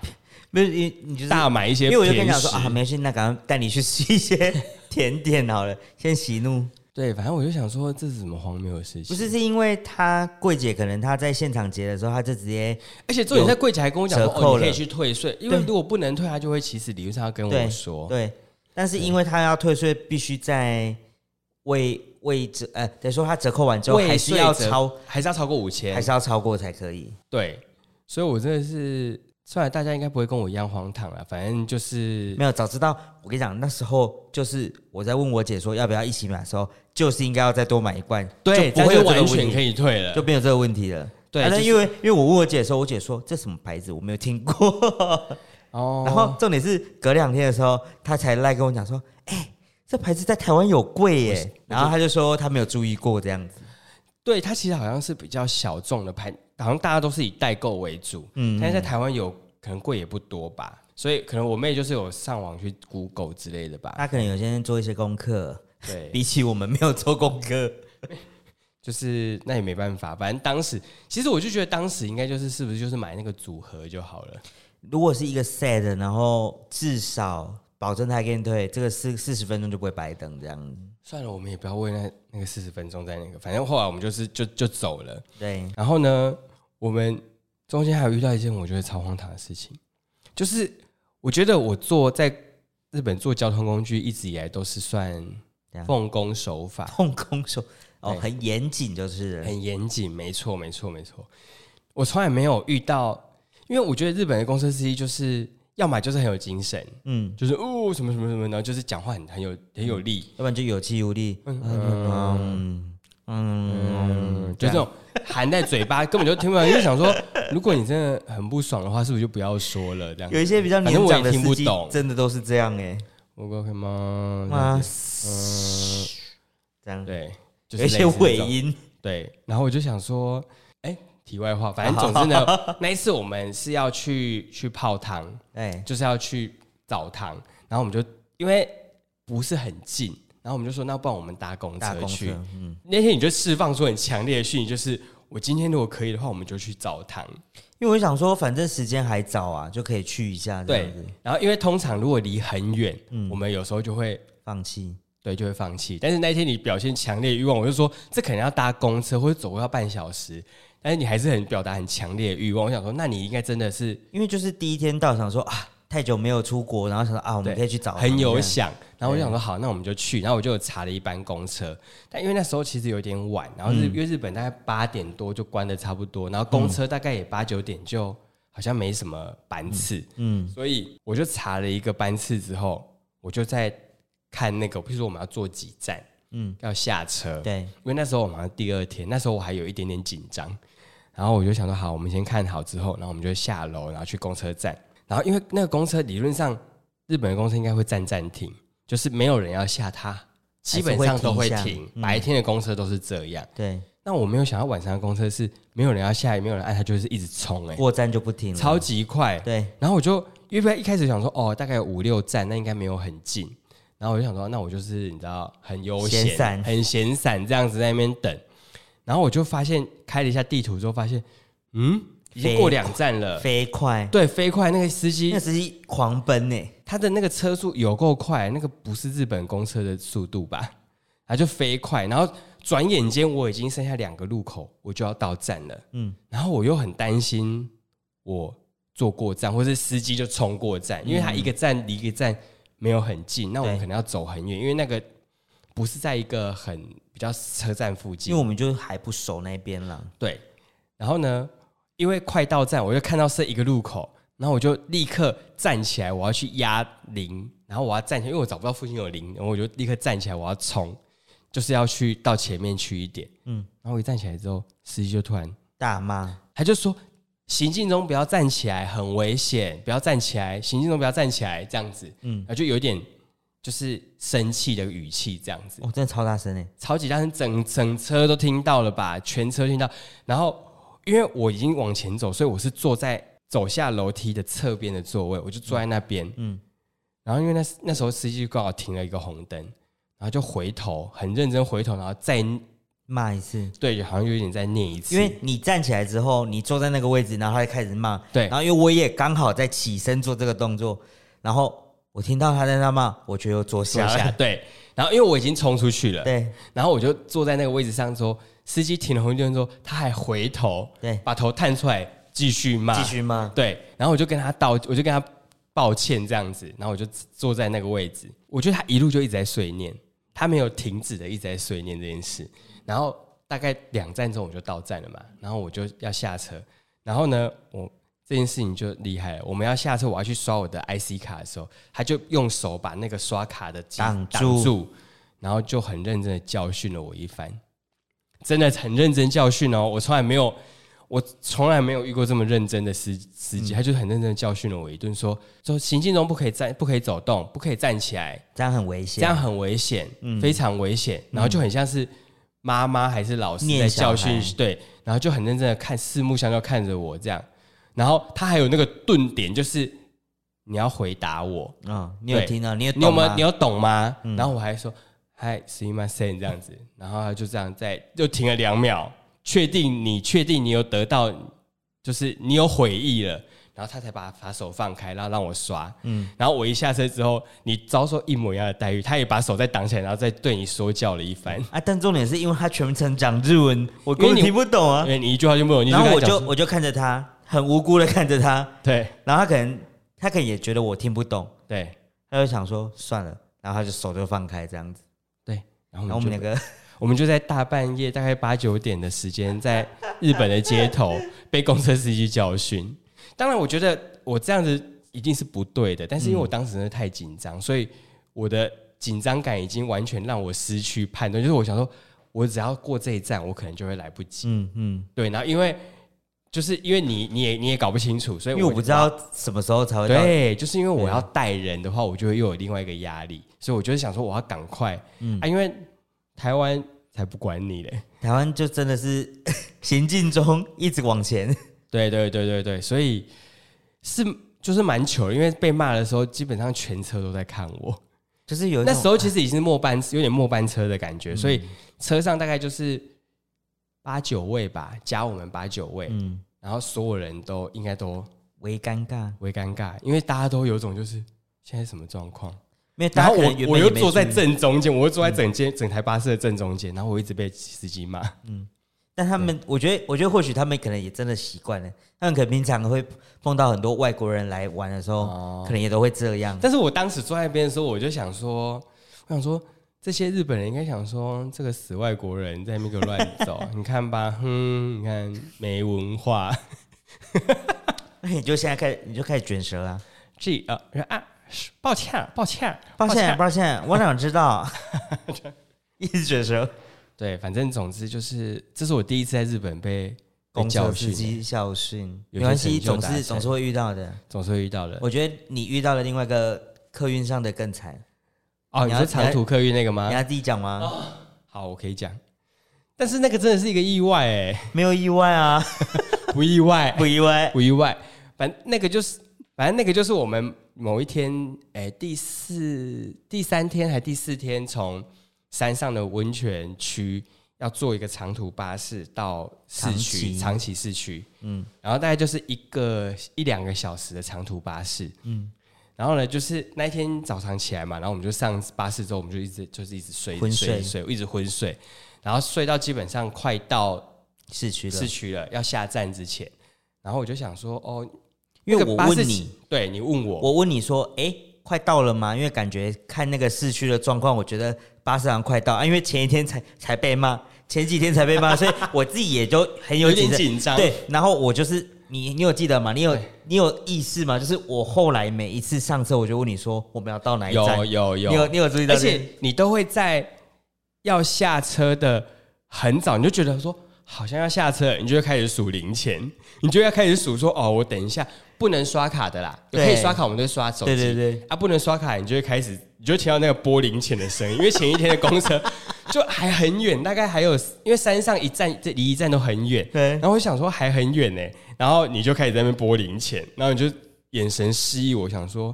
[SPEAKER 2] 没有你你就是
[SPEAKER 1] 大买一些
[SPEAKER 2] 因为我就跟你
[SPEAKER 1] 甜
[SPEAKER 2] 讲说
[SPEAKER 1] 食。
[SPEAKER 2] 啊，没事，那赶快带你去吃一些 甜点好了，先息怒。
[SPEAKER 1] 对，反正我就想说这是什么荒谬的事情。
[SPEAKER 2] 不是，是因为他柜姐可能她在现场结的时候，她就直接
[SPEAKER 1] 而且重点在柜姐还跟我讲说，
[SPEAKER 2] 折扣
[SPEAKER 1] 哦，你可以
[SPEAKER 2] 了
[SPEAKER 1] 去退税，因为
[SPEAKER 2] 对
[SPEAKER 1] 如果不能退，他就会其实理论上要跟我
[SPEAKER 2] 对
[SPEAKER 1] 说。
[SPEAKER 2] 对，但是因为她要退税，必须在未未折呃，等于说她折扣完之后
[SPEAKER 1] 未
[SPEAKER 2] 还是
[SPEAKER 1] 税
[SPEAKER 2] 要
[SPEAKER 1] 折
[SPEAKER 2] 超，
[SPEAKER 1] 还是要超过五千
[SPEAKER 2] 还，是要超过才可以。
[SPEAKER 1] 对，所以我真的是，虽然大家应该不会跟我一样荒唐啦，反正就是
[SPEAKER 2] 没有，早知道我跟你讲，那时候就是我在问我姐说要不要一起买的时候，就是应该要再多买一罐，
[SPEAKER 1] 对，
[SPEAKER 2] 就
[SPEAKER 1] 但
[SPEAKER 2] 不会
[SPEAKER 1] 是
[SPEAKER 2] 有这个
[SPEAKER 1] 完
[SPEAKER 2] 问
[SPEAKER 1] 全可
[SPEAKER 2] 题，
[SPEAKER 1] 以退
[SPEAKER 2] 就
[SPEAKER 1] 了。
[SPEAKER 2] 没有这个问题了。
[SPEAKER 1] 对
[SPEAKER 2] 啊那
[SPEAKER 1] 就是
[SPEAKER 2] 因为因为我问我姐的时候，我姐说这什么牌子我没有听过，
[SPEAKER 1] 哦，
[SPEAKER 2] 然后重点是隔两天的时候，她才来跟我讲说，哎、这牌子在台湾有贵耶，然后她就说她没有注意过这样子，
[SPEAKER 1] 对它其实好像是比较小众的牌，好像大家都是以代购为主，嗯，但是在台湾有可能贵也不多吧，所以可能我妹就是有上网去 Google 之类的吧，
[SPEAKER 2] 她可能有些人做一些功课，
[SPEAKER 1] 对，
[SPEAKER 2] 比起我们没有做功课，
[SPEAKER 1] 就是那也没办法，反正当时其实我就觉得当时应该就是是不是就是买那个组合就好了，
[SPEAKER 2] 如果是一个 set，然后至少保证他给你退，这个四四十分钟就不会白等这样。
[SPEAKER 1] 算了，我们也不要为那那个四十分钟在那个，反正后来我们就是就就走了。
[SPEAKER 2] 对，
[SPEAKER 1] 然后呢，我们中间还有遇到一件我觉得超荒唐的事情，就是我觉得我做在日本做交通工具一直以来都是算
[SPEAKER 2] 怎样
[SPEAKER 1] 奉公守法，
[SPEAKER 2] 碰空手哦，
[SPEAKER 1] 对
[SPEAKER 2] 很严谨就是了。
[SPEAKER 1] 很严谨，没错，没错，没错。我从来没有遇到，因为我觉得日本的公车司机就是要么就是很有精神，
[SPEAKER 2] 嗯，
[SPEAKER 1] 就是哦什么什么什么，然后就是讲话很很有很有力，
[SPEAKER 2] 要不然就有气无力。嗯嗯嗯，
[SPEAKER 1] 就这种含在嘴巴，根本就听不懂。就想说，如果你真的很不爽的话，是不是就不要说了？这样
[SPEAKER 2] 有一些比较
[SPEAKER 1] 反
[SPEAKER 2] 年
[SPEAKER 1] 正我
[SPEAKER 2] 长
[SPEAKER 1] 也
[SPEAKER 2] 的
[SPEAKER 1] 听不
[SPEAKER 2] 司机
[SPEAKER 1] 懂。
[SPEAKER 2] 真的都是这样哎、
[SPEAKER 1] 我过看吗？这
[SPEAKER 2] 哇
[SPEAKER 1] 样子
[SPEAKER 2] 塞，这样
[SPEAKER 1] 对，就
[SPEAKER 2] 有
[SPEAKER 1] 是类似
[SPEAKER 2] 一些
[SPEAKER 1] 这种
[SPEAKER 2] 尾。音，
[SPEAKER 1] 对，然后我就想说，哎，题外话，反正总之呢， 那一次我们是要去去泡汤，
[SPEAKER 2] 哎，
[SPEAKER 1] 就是要去澡堂，然后我们就因为不是很近，然后我们就说，那不然我们搭公
[SPEAKER 2] 大
[SPEAKER 1] 车
[SPEAKER 2] 公
[SPEAKER 1] 去。
[SPEAKER 2] 车，嗯，
[SPEAKER 1] 那天你就释放出很强烈的讯息，就是我今天如果可以的话，我们就去澡堂。
[SPEAKER 2] 因为我想说，反正时间还早啊，就可以去一下这
[SPEAKER 1] 对
[SPEAKER 2] 样子，，
[SPEAKER 1] 然后因为通常如果离很远，我们有时候就会
[SPEAKER 2] 放弃。
[SPEAKER 1] 对就会放弃。但是那一天你表现强烈的欲望，我就说这可能要搭公车或者走路要半小时，但是你还是很表达很强烈的欲望。我想说，那你应该真的是
[SPEAKER 2] 因为就是第一天到，想说啊，太久没有出国，然后想说啊，我们
[SPEAKER 1] 对
[SPEAKER 2] 可以去找
[SPEAKER 1] 很有
[SPEAKER 2] 这样
[SPEAKER 1] 想。然后我就想说，好，那我们就去。然后我就有查了一班公车，但因为那时候其实有点晚，然后日、
[SPEAKER 2] 嗯
[SPEAKER 1] 因为日本大概八点多就关的差不多，然后公车大概也八九点就好像没什么班次，
[SPEAKER 2] 嗯
[SPEAKER 1] 所以我就查了一个班次之后，我就在看那个，譬如说我们要坐几站，
[SPEAKER 2] 嗯，
[SPEAKER 1] 要下车，
[SPEAKER 2] 对，
[SPEAKER 1] 因为那时候我们好像第二天，那时候我还有一点点紧张，然后我就想说，好，我们先看好之后，然后我们就下楼，然后去公车站，然后因为那个公车理论上日本的公车应该会站站停，就是没有人要下它，基本上都哦会
[SPEAKER 2] 还是会
[SPEAKER 1] 停
[SPEAKER 2] 停一，下嗯
[SPEAKER 1] 白天的公车都是这样。
[SPEAKER 2] 对，
[SPEAKER 1] 那我没有想到晚上的公车是没有人要下，也没有人按，它就是一直冲、欸，
[SPEAKER 2] 过站就不停了，
[SPEAKER 1] 超级快，
[SPEAKER 2] 对，
[SPEAKER 1] 然后我就因为一开始想说，哦，大概有五六站，那应该没有很近。然后我就想说，那我就是你知道，很悠
[SPEAKER 2] 闲
[SPEAKER 1] 闲，
[SPEAKER 2] 散
[SPEAKER 1] 很闲散这样子在那边等。然后我就发现开了一下地图之后，发现，嗯，已经过两站了。
[SPEAKER 2] 飞快，
[SPEAKER 1] 对，飞快那个司
[SPEAKER 2] 那
[SPEAKER 1] 机，
[SPEAKER 2] 司机狂奔呢、
[SPEAKER 1] 他的那个车速有够快，那个不是日本公车的速度吧？他就飞快，然后转眼间我已经剩下两个路口，我就要到站了。
[SPEAKER 2] 嗯，
[SPEAKER 1] 然后我又很担心我坐过站，或是司机就冲过站，因为他一个站离一个站没有很近，那我们
[SPEAKER 2] 对
[SPEAKER 1] 可能要走很远，因为那个不是在一个很比较车站附
[SPEAKER 2] 因
[SPEAKER 1] 近
[SPEAKER 2] 为，我们就还不熟那边啦。
[SPEAKER 1] 对，然后呢，因为快到站，我就看到是一个路口，然后我就立刻站起来，我要去压铃，然后我要站起来，因为我找不到附近有铃，然后我就立刻站起来，我要冲，就是要去到前面去一点。
[SPEAKER 2] 嗯
[SPEAKER 1] 嗯，然后我一站起来之后，司机就突然
[SPEAKER 2] 大妈，
[SPEAKER 1] 他就说。行进中不要站起来，很危险！不要站起来，行进中不要站起来，这样子，嗯，然后就有点就是生气的语气，这样子。
[SPEAKER 2] 我、真的超大声哎！
[SPEAKER 1] 超级大声，整整车都听到了吧，全车听到。然后因为我已经往前走，所以我是坐在走下楼梯的侧边的座位，我就坐在那边。
[SPEAKER 2] 嗯
[SPEAKER 1] 嗯，然后因为那那时候司机刚好停了一个红灯，然后就回头很认真回头，然后再
[SPEAKER 2] 骂一次，
[SPEAKER 1] 对，好像有点再念一次，
[SPEAKER 2] 因为你站起来之后，你坐在那个位置，然后他就开始骂。
[SPEAKER 1] 对
[SPEAKER 2] 然后因为我也刚好在起身做这个动作，然后我听到他在那骂，我就又坐
[SPEAKER 1] 坐
[SPEAKER 2] 下
[SPEAKER 1] 下
[SPEAKER 2] 了。
[SPEAKER 1] 对。然后因为我已经冲出去了，
[SPEAKER 2] 对
[SPEAKER 1] 然后我就坐在那个位置上之后，司机停了红绿灯之后，他还回头
[SPEAKER 2] 对，
[SPEAKER 1] 把头探出来继续骂，
[SPEAKER 2] 继续骂。
[SPEAKER 1] 对，然后我就跟他道，我就跟他抱歉这样子，然后我就坐在那个位置。我觉得他一路就一直在碎念，他没有停止的一直在碎念这件事。然后大概两站之后我就到站了嘛，然后我就要下车，然后呢，我这件事情就厉害了。我们要下车，我要去刷我的 IC 卡的时候，他就用手把那个刷卡的机
[SPEAKER 2] 挡住
[SPEAKER 1] 挡住，然后就很认真的教训了我一番，真的很认真教训哦。我从来没有，我从来没有遇过这么认真的司司
[SPEAKER 2] 嗯
[SPEAKER 1] 机，他就很认真的教训了我一顿，说说行进中不可以站，不可以走动，不可以站起来，
[SPEAKER 2] 这样很危
[SPEAKER 1] 这
[SPEAKER 2] 险。嗯
[SPEAKER 1] 样很危险，非常危险。然后就很像是妈妈还是老师在
[SPEAKER 2] 念小
[SPEAKER 1] 教训
[SPEAKER 2] 孩，
[SPEAKER 1] 对，然后就很认真的看，四目相交看着我这样。然后他还有那个顿点，就是你要回答我，
[SPEAKER 2] 嗯，你有
[SPEAKER 1] 对
[SPEAKER 2] 听到？你有
[SPEAKER 1] 你有
[SPEAKER 2] 懂
[SPEAKER 1] 没
[SPEAKER 2] 吗？嗯
[SPEAKER 1] 有你有懂吗？然后我还说嗨 s e e my s a n 这样子，然后他就这样在又停了两秒，确定你确定你有得到，就是你有悔意了。然后他才把把手放开，然后让我刷。嗯，然后我一下车之后，你遭受一模一样的待遇，他也把手再挡起来，然后再对你说教了一番，
[SPEAKER 2] 啊，但重点是因为他全程讲日文，我根
[SPEAKER 1] 因为
[SPEAKER 2] 本
[SPEAKER 1] 你
[SPEAKER 2] 听不懂啊
[SPEAKER 1] 因。为你一句话就没哎有，你
[SPEAKER 2] 然后我
[SPEAKER 1] 跟他
[SPEAKER 2] 就
[SPEAKER 1] 讲说
[SPEAKER 2] 我就看着他，很无辜的看着他，
[SPEAKER 1] 对
[SPEAKER 2] 然后他可能他可能也觉得我听不懂，
[SPEAKER 1] 对
[SPEAKER 2] 他就想说算了，然后他就手就放开这样子。
[SPEAKER 1] 对，然后
[SPEAKER 2] 然后
[SPEAKER 1] 我们
[SPEAKER 2] 我
[SPEAKER 1] 嗯
[SPEAKER 2] 们
[SPEAKER 1] 就
[SPEAKER 2] 两个
[SPEAKER 1] 我们就在大半夜，大概八九点的时间，在日本的街 头被公车司机教训。当然，我觉得我这样子一定是不对的，但是因为我当时真的太紧张，所以我的紧张感已经完全让我失去判断。就是我想说，我只要过这一站，我可能就会来不及。
[SPEAKER 2] 嗯嗯，
[SPEAKER 1] 对，然后因为就是因为你你也你也搞不清楚，所以
[SPEAKER 2] 因为我不知道什么时候才会到。
[SPEAKER 1] 对，就是因为我要带人的话，我就会又有另外一个压力，所以我就是想说我要赶快、
[SPEAKER 2] 嗯
[SPEAKER 1] 啊，因为台湾才不管你嘞。
[SPEAKER 2] 台湾就真的是 行进中一直往前，
[SPEAKER 1] 对对对对对，所以是就是蛮糗的，因为被骂的时候，基本上全车都在看我。
[SPEAKER 2] 就是有一
[SPEAKER 1] 那
[SPEAKER 2] 种嗯
[SPEAKER 1] 时候其实已经是末班，有点末班车的感觉，所以车上大概就是八九位吧，加我们八九位，
[SPEAKER 2] 嗯，
[SPEAKER 1] 然后所有人都应该都
[SPEAKER 2] 微尴尬，
[SPEAKER 1] 为尴尬，因为大家都有种就是现在什么状况。
[SPEAKER 2] 因为
[SPEAKER 1] 然
[SPEAKER 2] 大
[SPEAKER 1] 后
[SPEAKER 2] 家
[SPEAKER 1] 我
[SPEAKER 2] 可能原本
[SPEAKER 1] 我
[SPEAKER 2] 也
[SPEAKER 1] 又
[SPEAKER 2] 没
[SPEAKER 1] 坐在
[SPEAKER 2] 注意，嗯
[SPEAKER 1] 正中间，我又坐在整间、整台巴士的正中间，然后我一直被司机骂。
[SPEAKER 2] 但他们我觉得我觉得或许他们可能也真的习惯了，他们可能平常会碰到很多外国人来玩的时候，
[SPEAKER 1] 哦
[SPEAKER 2] 可能也都会这样。
[SPEAKER 1] 但是我当时坐在那边的时候，我就想说，我想说这些日本人应该想说，这个死外国人在那边给我乱走， 你看吧，哼，你看没文化，
[SPEAKER 2] 那你就现在开始你就开始卷舌啦。
[SPEAKER 1] 这呃啊，是抱歉，抱歉，啊
[SPEAKER 2] 抱歉，啊抱歉，我想知 道，一直卷舌，
[SPEAKER 1] 对，反正总之就是，这是我第一次在日本被被
[SPEAKER 2] 公
[SPEAKER 1] 教
[SPEAKER 2] 车司
[SPEAKER 1] 训，
[SPEAKER 2] 机校训，
[SPEAKER 1] 有些
[SPEAKER 2] 没关系，
[SPEAKER 1] 成就
[SPEAKER 2] 总
[SPEAKER 1] 达
[SPEAKER 2] 是
[SPEAKER 1] 成
[SPEAKER 2] 总是会遇到的。
[SPEAKER 1] 总是会遇到的。
[SPEAKER 2] 我觉得你遇到了另外一个客运上的更惨，
[SPEAKER 1] 哦，
[SPEAKER 2] 你
[SPEAKER 1] 你
[SPEAKER 2] 要
[SPEAKER 1] 说长途客运那个
[SPEAKER 2] 你
[SPEAKER 1] 吗？
[SPEAKER 2] 要自己讲吗？
[SPEAKER 1] 好，我可以讲，但是那个真的是一个意外，哎，
[SPEAKER 2] 没有意外啊，
[SPEAKER 1] 不意外，
[SPEAKER 2] 不意外。
[SPEAKER 1] 不意外。反正那个就是，反正那个就是我们某一天，哎、第四、第三天还第四天，从山上的温泉区要坐一个长途巴士到市
[SPEAKER 2] 长
[SPEAKER 1] 区
[SPEAKER 2] 崎
[SPEAKER 1] 长崎市区，
[SPEAKER 2] 嗯
[SPEAKER 1] 嗯，然后大概就是一个一两个小时的长途巴士，嗯。然后呢，就是那一天早上起来嘛，然后我们就上巴士之后，我们就一直就是一直睡，
[SPEAKER 2] 昏
[SPEAKER 1] 睡，
[SPEAKER 2] 睡
[SPEAKER 1] 一直睡，一直昏睡，然后睡到基本上快到
[SPEAKER 2] 市区的
[SPEAKER 1] 市，区了，要下站之前，然后我就想说，哦，
[SPEAKER 2] 因为
[SPEAKER 1] 那个
[SPEAKER 2] 我
[SPEAKER 1] 巴士
[SPEAKER 2] 问
[SPEAKER 1] 起
[SPEAKER 2] 你，，
[SPEAKER 1] 对你问我，
[SPEAKER 2] 我问你说，哎，快到了吗？因为感觉看那个市区的状况，我觉得巴士好像快到啊。因为前一天才才被骂， 前几天才被骂，所以我自己也就很有
[SPEAKER 1] 有点
[SPEAKER 2] 紧张。
[SPEAKER 1] 紧张。
[SPEAKER 2] 对，然后我就是你，你有记得吗？你有你有意识吗？就是我后来每一次上车，我就问你说我们要到哪一站？
[SPEAKER 1] 有有有，
[SPEAKER 2] 你有你有注意到
[SPEAKER 1] 而
[SPEAKER 2] 这个？
[SPEAKER 1] 且你都会在要下车的很早，你就觉得说好像要下车了，你就会开始数零钱，你就要开始数说哦，我等一下不能刷卡的啦，有
[SPEAKER 2] 对
[SPEAKER 1] 可以刷卡我们都刷手机，
[SPEAKER 2] 对对对
[SPEAKER 1] 啊，不能刷卡你就会开始，你就会听到那个拨零钱的声音，因为前一天的公车 就还很远，大概还有因为山上一站这离一站都很远，
[SPEAKER 2] 对
[SPEAKER 1] 然后我想说还很远呢，然后你就开始在那边拨零钱，然后你就眼神示意我想说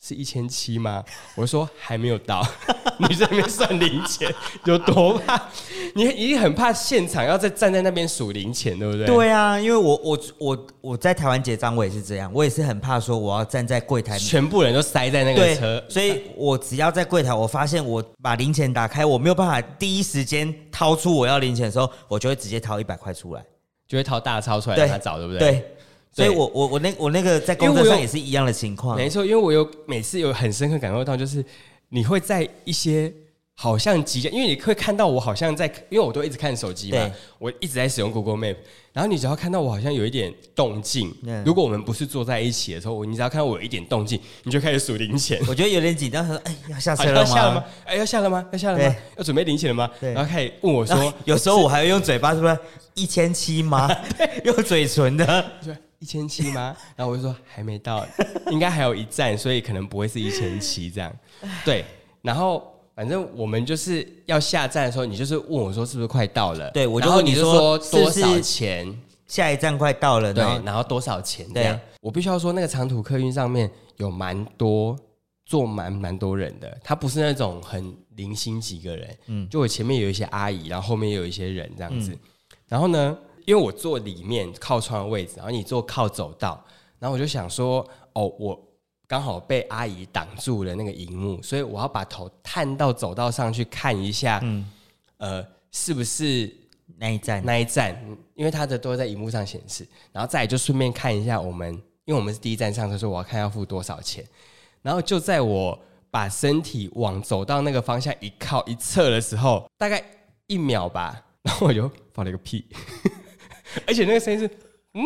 [SPEAKER 1] 是一千七吗？我说还没有到， 你在那边算零钱有多怕？你一定很怕现场要再站在那边数零钱，对不对？，
[SPEAKER 2] 对啊，因为我我我我在台湾结账，我也是这样，我也是很怕说我要站在柜台。
[SPEAKER 1] 全部人都塞在那个车
[SPEAKER 2] 对，，所以我只要在柜台，我发现我把零钱打开，我没有办法第一时间掏出我要零钱的时候，我就会直接掏一百块出来。
[SPEAKER 1] 就会掏大钞出来
[SPEAKER 2] 对
[SPEAKER 1] 让他找，对不对？
[SPEAKER 2] 对，所以我我我那我那个在工
[SPEAKER 1] 因
[SPEAKER 2] 作
[SPEAKER 1] 为我
[SPEAKER 2] 上
[SPEAKER 1] 有
[SPEAKER 2] 也是一样的情况。
[SPEAKER 1] 没错，因为我有每次有很深刻感受到，就是你会在一些好像即将，因为你会看到我好像在，因为我都一直看手机嘛
[SPEAKER 2] 对，
[SPEAKER 1] 我一直在使用 Google Map，然后你只要看到我好像有一点动静，
[SPEAKER 2] 嗯
[SPEAKER 1] 如果我们不是坐在一起的时候，我你只要看到我有一点动静，你就开始数零钱。
[SPEAKER 2] 我觉得有点紧张，他说：“哎，要下
[SPEAKER 1] 好
[SPEAKER 2] 车
[SPEAKER 1] 像
[SPEAKER 2] 了
[SPEAKER 1] 要 下
[SPEAKER 2] 吗？”
[SPEAKER 1] 了吗？哎、要下了吗？要下了吗
[SPEAKER 2] 对？
[SPEAKER 1] 要准备零钱了吗？
[SPEAKER 2] 对
[SPEAKER 1] 然后开始问我
[SPEAKER 2] 然
[SPEAKER 1] 说
[SPEAKER 2] 后有时候我还会用嘴巴说一千 七吗？用嘴唇的，
[SPEAKER 1] 就一千七吗？ 然后我就说还没到，应该还有一站，所以可能不会是一千七这样。对，然后反正我们就是要下站的时候，你就是问我说是不是快到了？
[SPEAKER 2] 对我就
[SPEAKER 1] 然后
[SPEAKER 2] 问
[SPEAKER 1] 你
[SPEAKER 2] 你
[SPEAKER 1] 就说
[SPEAKER 2] 说
[SPEAKER 1] 多
[SPEAKER 2] 是不
[SPEAKER 1] 少
[SPEAKER 2] 是
[SPEAKER 1] 钱？
[SPEAKER 2] 下一站快到了，
[SPEAKER 1] 对
[SPEAKER 2] 然后，
[SPEAKER 1] 然后多少钱？这
[SPEAKER 2] 对
[SPEAKER 1] 样，我必须要说，那个长途客运上面有蛮多坐蛮蛮多人的，他不是那种很零星几个人，嗯，就我前面有一些阿姨，然后后面也有一些人这样子，然后呢，因为我坐里面靠窗的位置，然后你坐靠走道，然后我就想说，哦，我。刚好被阿姨挡住了那个荧幕，所以我要把头探到走道上去看一下，呃，是不是
[SPEAKER 2] 那一站，
[SPEAKER 1] 那一站，嗯因为它的都在荧幕上显示，然后再来就顺便看一下我们，因为我们是第一站上车，说我要看要付多少钱，然后就在我把身体往走到那个方向一靠一侧的时候，大概一秒吧，然后我就放了一个屁， 而且那个声音是嗯，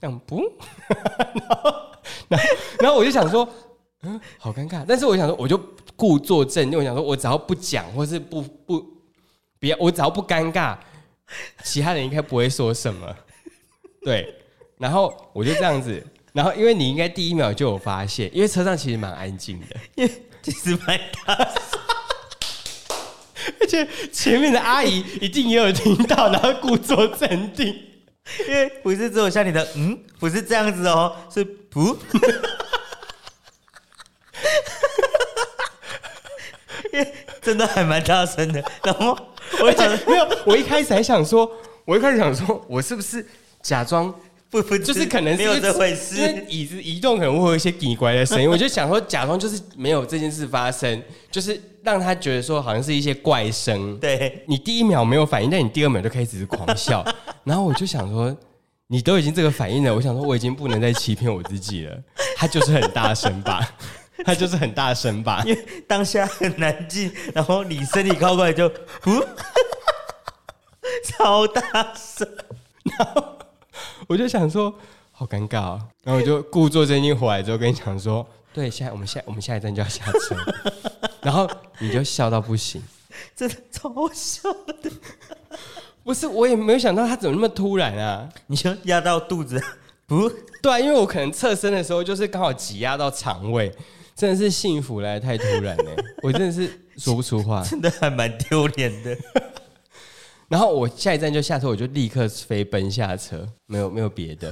[SPEAKER 1] 这样不，然后然后然后我就想说。嗯，好尴尬。但是我想说，我就故作镇定，我想说，我只要不讲，或是不不不要，我只要不尴尬，其他人应该不会说什么。对，然后我就这样子，然后因为你应该第一秒就有发现，因为车上其实蛮安静的，
[SPEAKER 2] 其实蛮大，
[SPEAKER 1] 而且前面的阿姨一定也有听到，然后故作镇定。
[SPEAKER 2] 因为不是只有像你的，嗯，不是这样子哦，是不。因为真的还蛮大声的，然后我
[SPEAKER 1] 而
[SPEAKER 2] 想
[SPEAKER 1] 且没有，我一开始还想说，我一开始想说我是不是假装
[SPEAKER 2] 不不
[SPEAKER 1] 就是可能是
[SPEAKER 2] 没有
[SPEAKER 1] 因为
[SPEAKER 2] 这回
[SPEAKER 1] 因为
[SPEAKER 2] 事，
[SPEAKER 1] 椅子移动可能会有一些奇怪的声 音，我就想说假装就是没有这件事发生，就是让他觉得说好像是一些怪声。
[SPEAKER 2] 对，
[SPEAKER 1] 你第一秒没有反应，但你第二秒就开始狂笑， 然后我就想说，你都已经这个反应了，我想说我已经不能再欺骗我自己了，他就是很大声吧， 他就是很大声吧，
[SPEAKER 2] 因为当下很难进，然后你身体靠过来就，嗯，超大声，
[SPEAKER 1] 我就想说好尴尬、哦，然后我就故作镇定回来之后跟你讲说，对，下我们下我们下一站就要下 车，然后你就笑到不行。
[SPEAKER 2] 真的超好笑的。
[SPEAKER 1] 不是，我也没有想到他怎么那么突然啊！
[SPEAKER 2] 你就压到肚子，不，
[SPEAKER 1] 对啊，因为我可能侧身的时候，就是刚好挤压到肠胃，真的是幸福来得太突然了、 我真的是说不出话。
[SPEAKER 2] 真的还蛮丢脸的。
[SPEAKER 1] 然后我下一站就下车，我就立刻飞奔下车，没有没有别 的，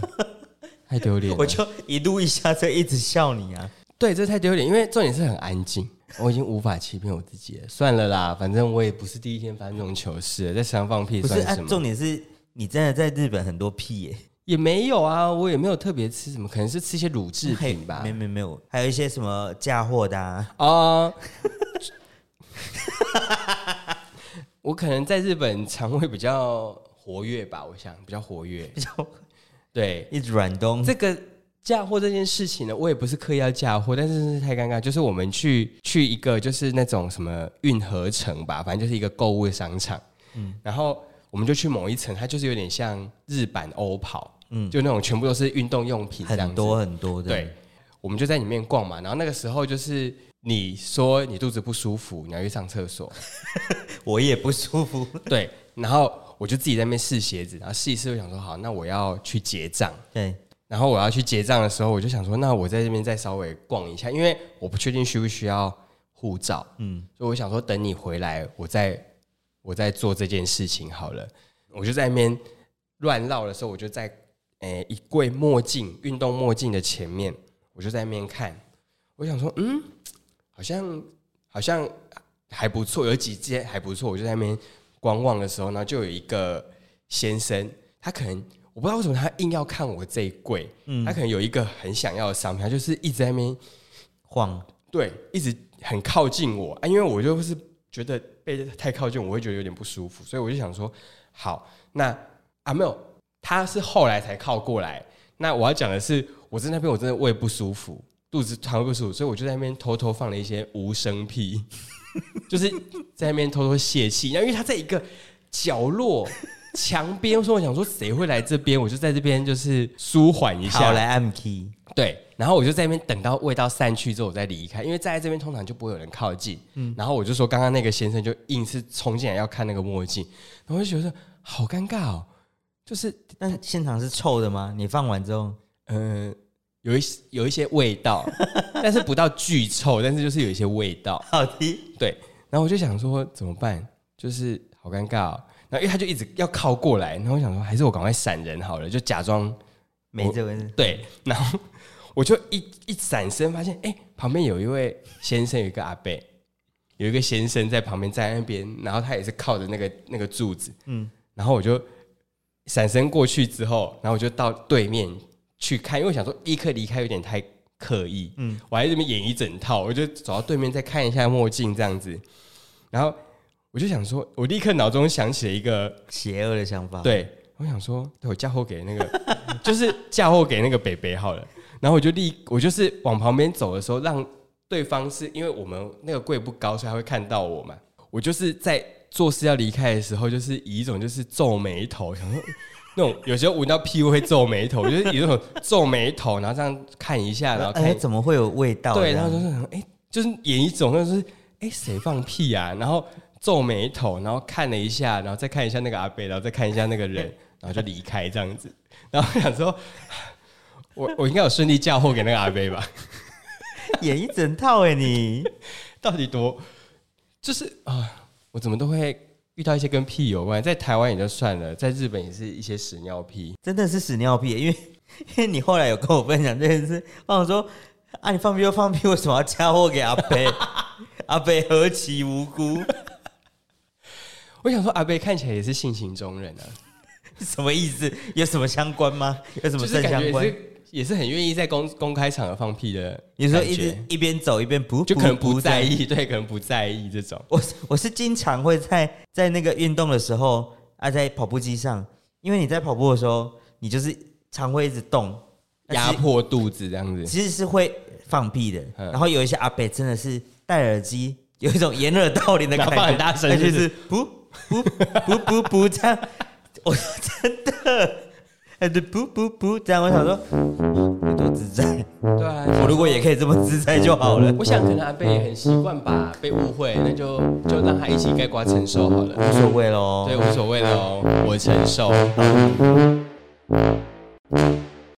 [SPEAKER 1] 太丢脸了。
[SPEAKER 2] 我就一路一下车一直笑你啊，
[SPEAKER 1] 对，这太丢脸，因为重点是很安静，我已经无法欺骗我自己了。算了啦，反正我也不是第一天发生这种糗事了，在山上放屁
[SPEAKER 2] 不是
[SPEAKER 1] 算
[SPEAKER 2] 啊
[SPEAKER 1] 什？么？
[SPEAKER 2] 重点是你真的在日本很多屁耶、
[SPEAKER 1] 也没有啊，我也没有特别吃什么，可能是吃一些乳制
[SPEAKER 2] 嘿
[SPEAKER 1] 品吧
[SPEAKER 2] 没。没没有， 还有一些什么嫁祸的、啊，
[SPEAKER 1] 啊、 我可能在日本肠胃比较活跃吧，我想比较活跃。
[SPEAKER 2] 就
[SPEAKER 1] 对，
[SPEAKER 2] 一直软冬，
[SPEAKER 1] 这个嫁祸这件事情呢，我也不是刻意要嫁祸，但是真是太尴尬。就是我们去去一个就是那种什么运河城吧，反正就是一个购物商场，嗯，然后我们就去某一层，它就是有点像日版欧跑，嗯，就那种全部都是运动用品这样子，
[SPEAKER 2] 很多很多的，
[SPEAKER 1] 对，我们就在里面逛嘛。然后那个时候就是你说你肚子不舒服，你要去上厕所，
[SPEAKER 2] 我也不舒服。
[SPEAKER 1] 对，然后我就自己在那边试鞋子，然后试一试，我想说好，那我要去结账。
[SPEAKER 2] 对，
[SPEAKER 1] 然后我要去结账的时候，我就想说，那我在这边再稍微逛一下，因为我不确定需不需要护照，
[SPEAKER 2] 嗯，
[SPEAKER 1] 所以我想说，等你回来，我再我再做这件事情好了。我就在那边乱绕的时候，我就在诶、一柜墨镜、运动墨镜的前面，我就在那边看，我想说，嗯，好像好像还不错，有几件还不错。我就在那边观望的时候呢，就有一个先生，他可能我不知道为什么他硬要看我这一柜，他可能有一个很想要的商品，他就是一直在那边
[SPEAKER 2] 晃，
[SPEAKER 1] 对，一直很靠近我啊，因为我就是觉得被太靠近，我会觉得有点不舒服，所以我就想说，好，那啊没有，他是后来才靠过来。那我要讲的是，我在那边我真的胃不舒服，肚子肠胃不舒服，所以我就在那边偷偷放了一些无声屁， 就是在那边偷偷泄气。然后因为他在一个角落。墙边，所以我想说谁会来这边，我就在这边就是舒缓一下
[SPEAKER 2] 跑，来按 key，
[SPEAKER 1] 对，然后我就在那边等到味道散去之后，我再离开，因为站在这边通常就不会有人靠近。然后我就说，刚刚那个先生就硬是冲进来要看那个墨镜，然后我就觉得好尴尬哦，就是
[SPEAKER 2] 但现场是臭的吗？你放完之后，
[SPEAKER 1] 嗯、呃有一些有一些味道， 但是不到巨臭，但是就是有一些味道。
[SPEAKER 2] 好的，
[SPEAKER 1] 对，然后我就想说怎么办，就是好尴尬、哦。然后因为他就一直要靠过来，然后我想说还是我赶快闪人好了，就假装
[SPEAKER 2] 没这回事。
[SPEAKER 1] 对， 然后我就一一闪身，发现哎、诶旁边有一位先生，有一个阿伯，有一个先生在旁边在那边，然后他也是靠着那个那个柱子，嗯，然后我就闪身过去之后，然后我就到对面去看，因为我想说立刻离开有点太刻意，嗯，我还在这边演一整套，我就走到对面再看一下墨镜这样子，然后我就想说，我立刻脑中想起了一个
[SPEAKER 2] 邪恶的想法。，
[SPEAKER 1] 对，我想说，对我嫁祸给那个， 就是嫁祸给那个北北好了。然后我就立，我就是往旁边走的时候，让对方是因为我们那个柜不高，所以他会看到我嘛。我就是在做事要离开的时候，就是以一种就是皱眉头，想说 那种有时候闻到屁味会皱眉头，就是有一种皱眉头，然后这样看一下，然后看一
[SPEAKER 2] 哎，怎么会有味道？
[SPEAKER 1] 对，然后就是哎、诶就是演一种就是哎谁、放屁啊，然后皱眉头，然后看了一下，然后再看一下那个阿贝，然后再看一下那个人，然后就离开这样子。然后我想说， 我我应该有顺利嫁祸给那个阿贝吧？
[SPEAKER 2] 演一整套哎，你
[SPEAKER 1] 到底多就是啊、我怎么都会遇到一些跟屁有关，在台湾也就算了，在日本也是一些屎尿屁。
[SPEAKER 2] 真的是屎尿屁欸耶，因为 因为你后来有跟我分享这件事，我想说啊，你放屁就放屁，为什么要嫁祸给 阿贝？阿贝何其无辜，
[SPEAKER 1] 我想说，阿贝看起来也是性情中人啊，
[SPEAKER 2] 什么意思？有什么相关吗？有什么
[SPEAKER 1] 就是
[SPEAKER 2] 正
[SPEAKER 1] 感
[SPEAKER 2] 相
[SPEAKER 1] 觉也
[SPEAKER 2] 关？
[SPEAKER 1] 是也是很愿意在公公开场合放屁的感觉。
[SPEAKER 2] 你说一直一边走一边不，
[SPEAKER 1] 就可能
[SPEAKER 2] 噗
[SPEAKER 1] 不在。意，对，可能不在意这种。
[SPEAKER 2] 我是我是经常会在在那个运动的时候啊，在跑步机上，因为你在跑步的时候，你就是常会一直动，
[SPEAKER 1] 压迫肚子这样子，
[SPEAKER 2] 其实是会放屁的。
[SPEAKER 1] 嗯
[SPEAKER 2] 然后有一些阿北真的是戴耳机，有一种掩耳盗铃的感
[SPEAKER 1] 然后
[SPEAKER 2] 觉，
[SPEAKER 1] 放很大声
[SPEAKER 2] 他就是
[SPEAKER 1] 不
[SPEAKER 2] 是不不不不不这样，我真的。哎，对，不不不，这样我想说，有多自在。
[SPEAKER 1] 对啊。
[SPEAKER 2] 我如果也可以这么自在就好了。
[SPEAKER 1] 我想可能阿贝也很习惯吧，被误会，那就就让他一起盖瓜承受好了，
[SPEAKER 2] 无所谓喽。
[SPEAKER 1] 对，无所谓了哦，我承受。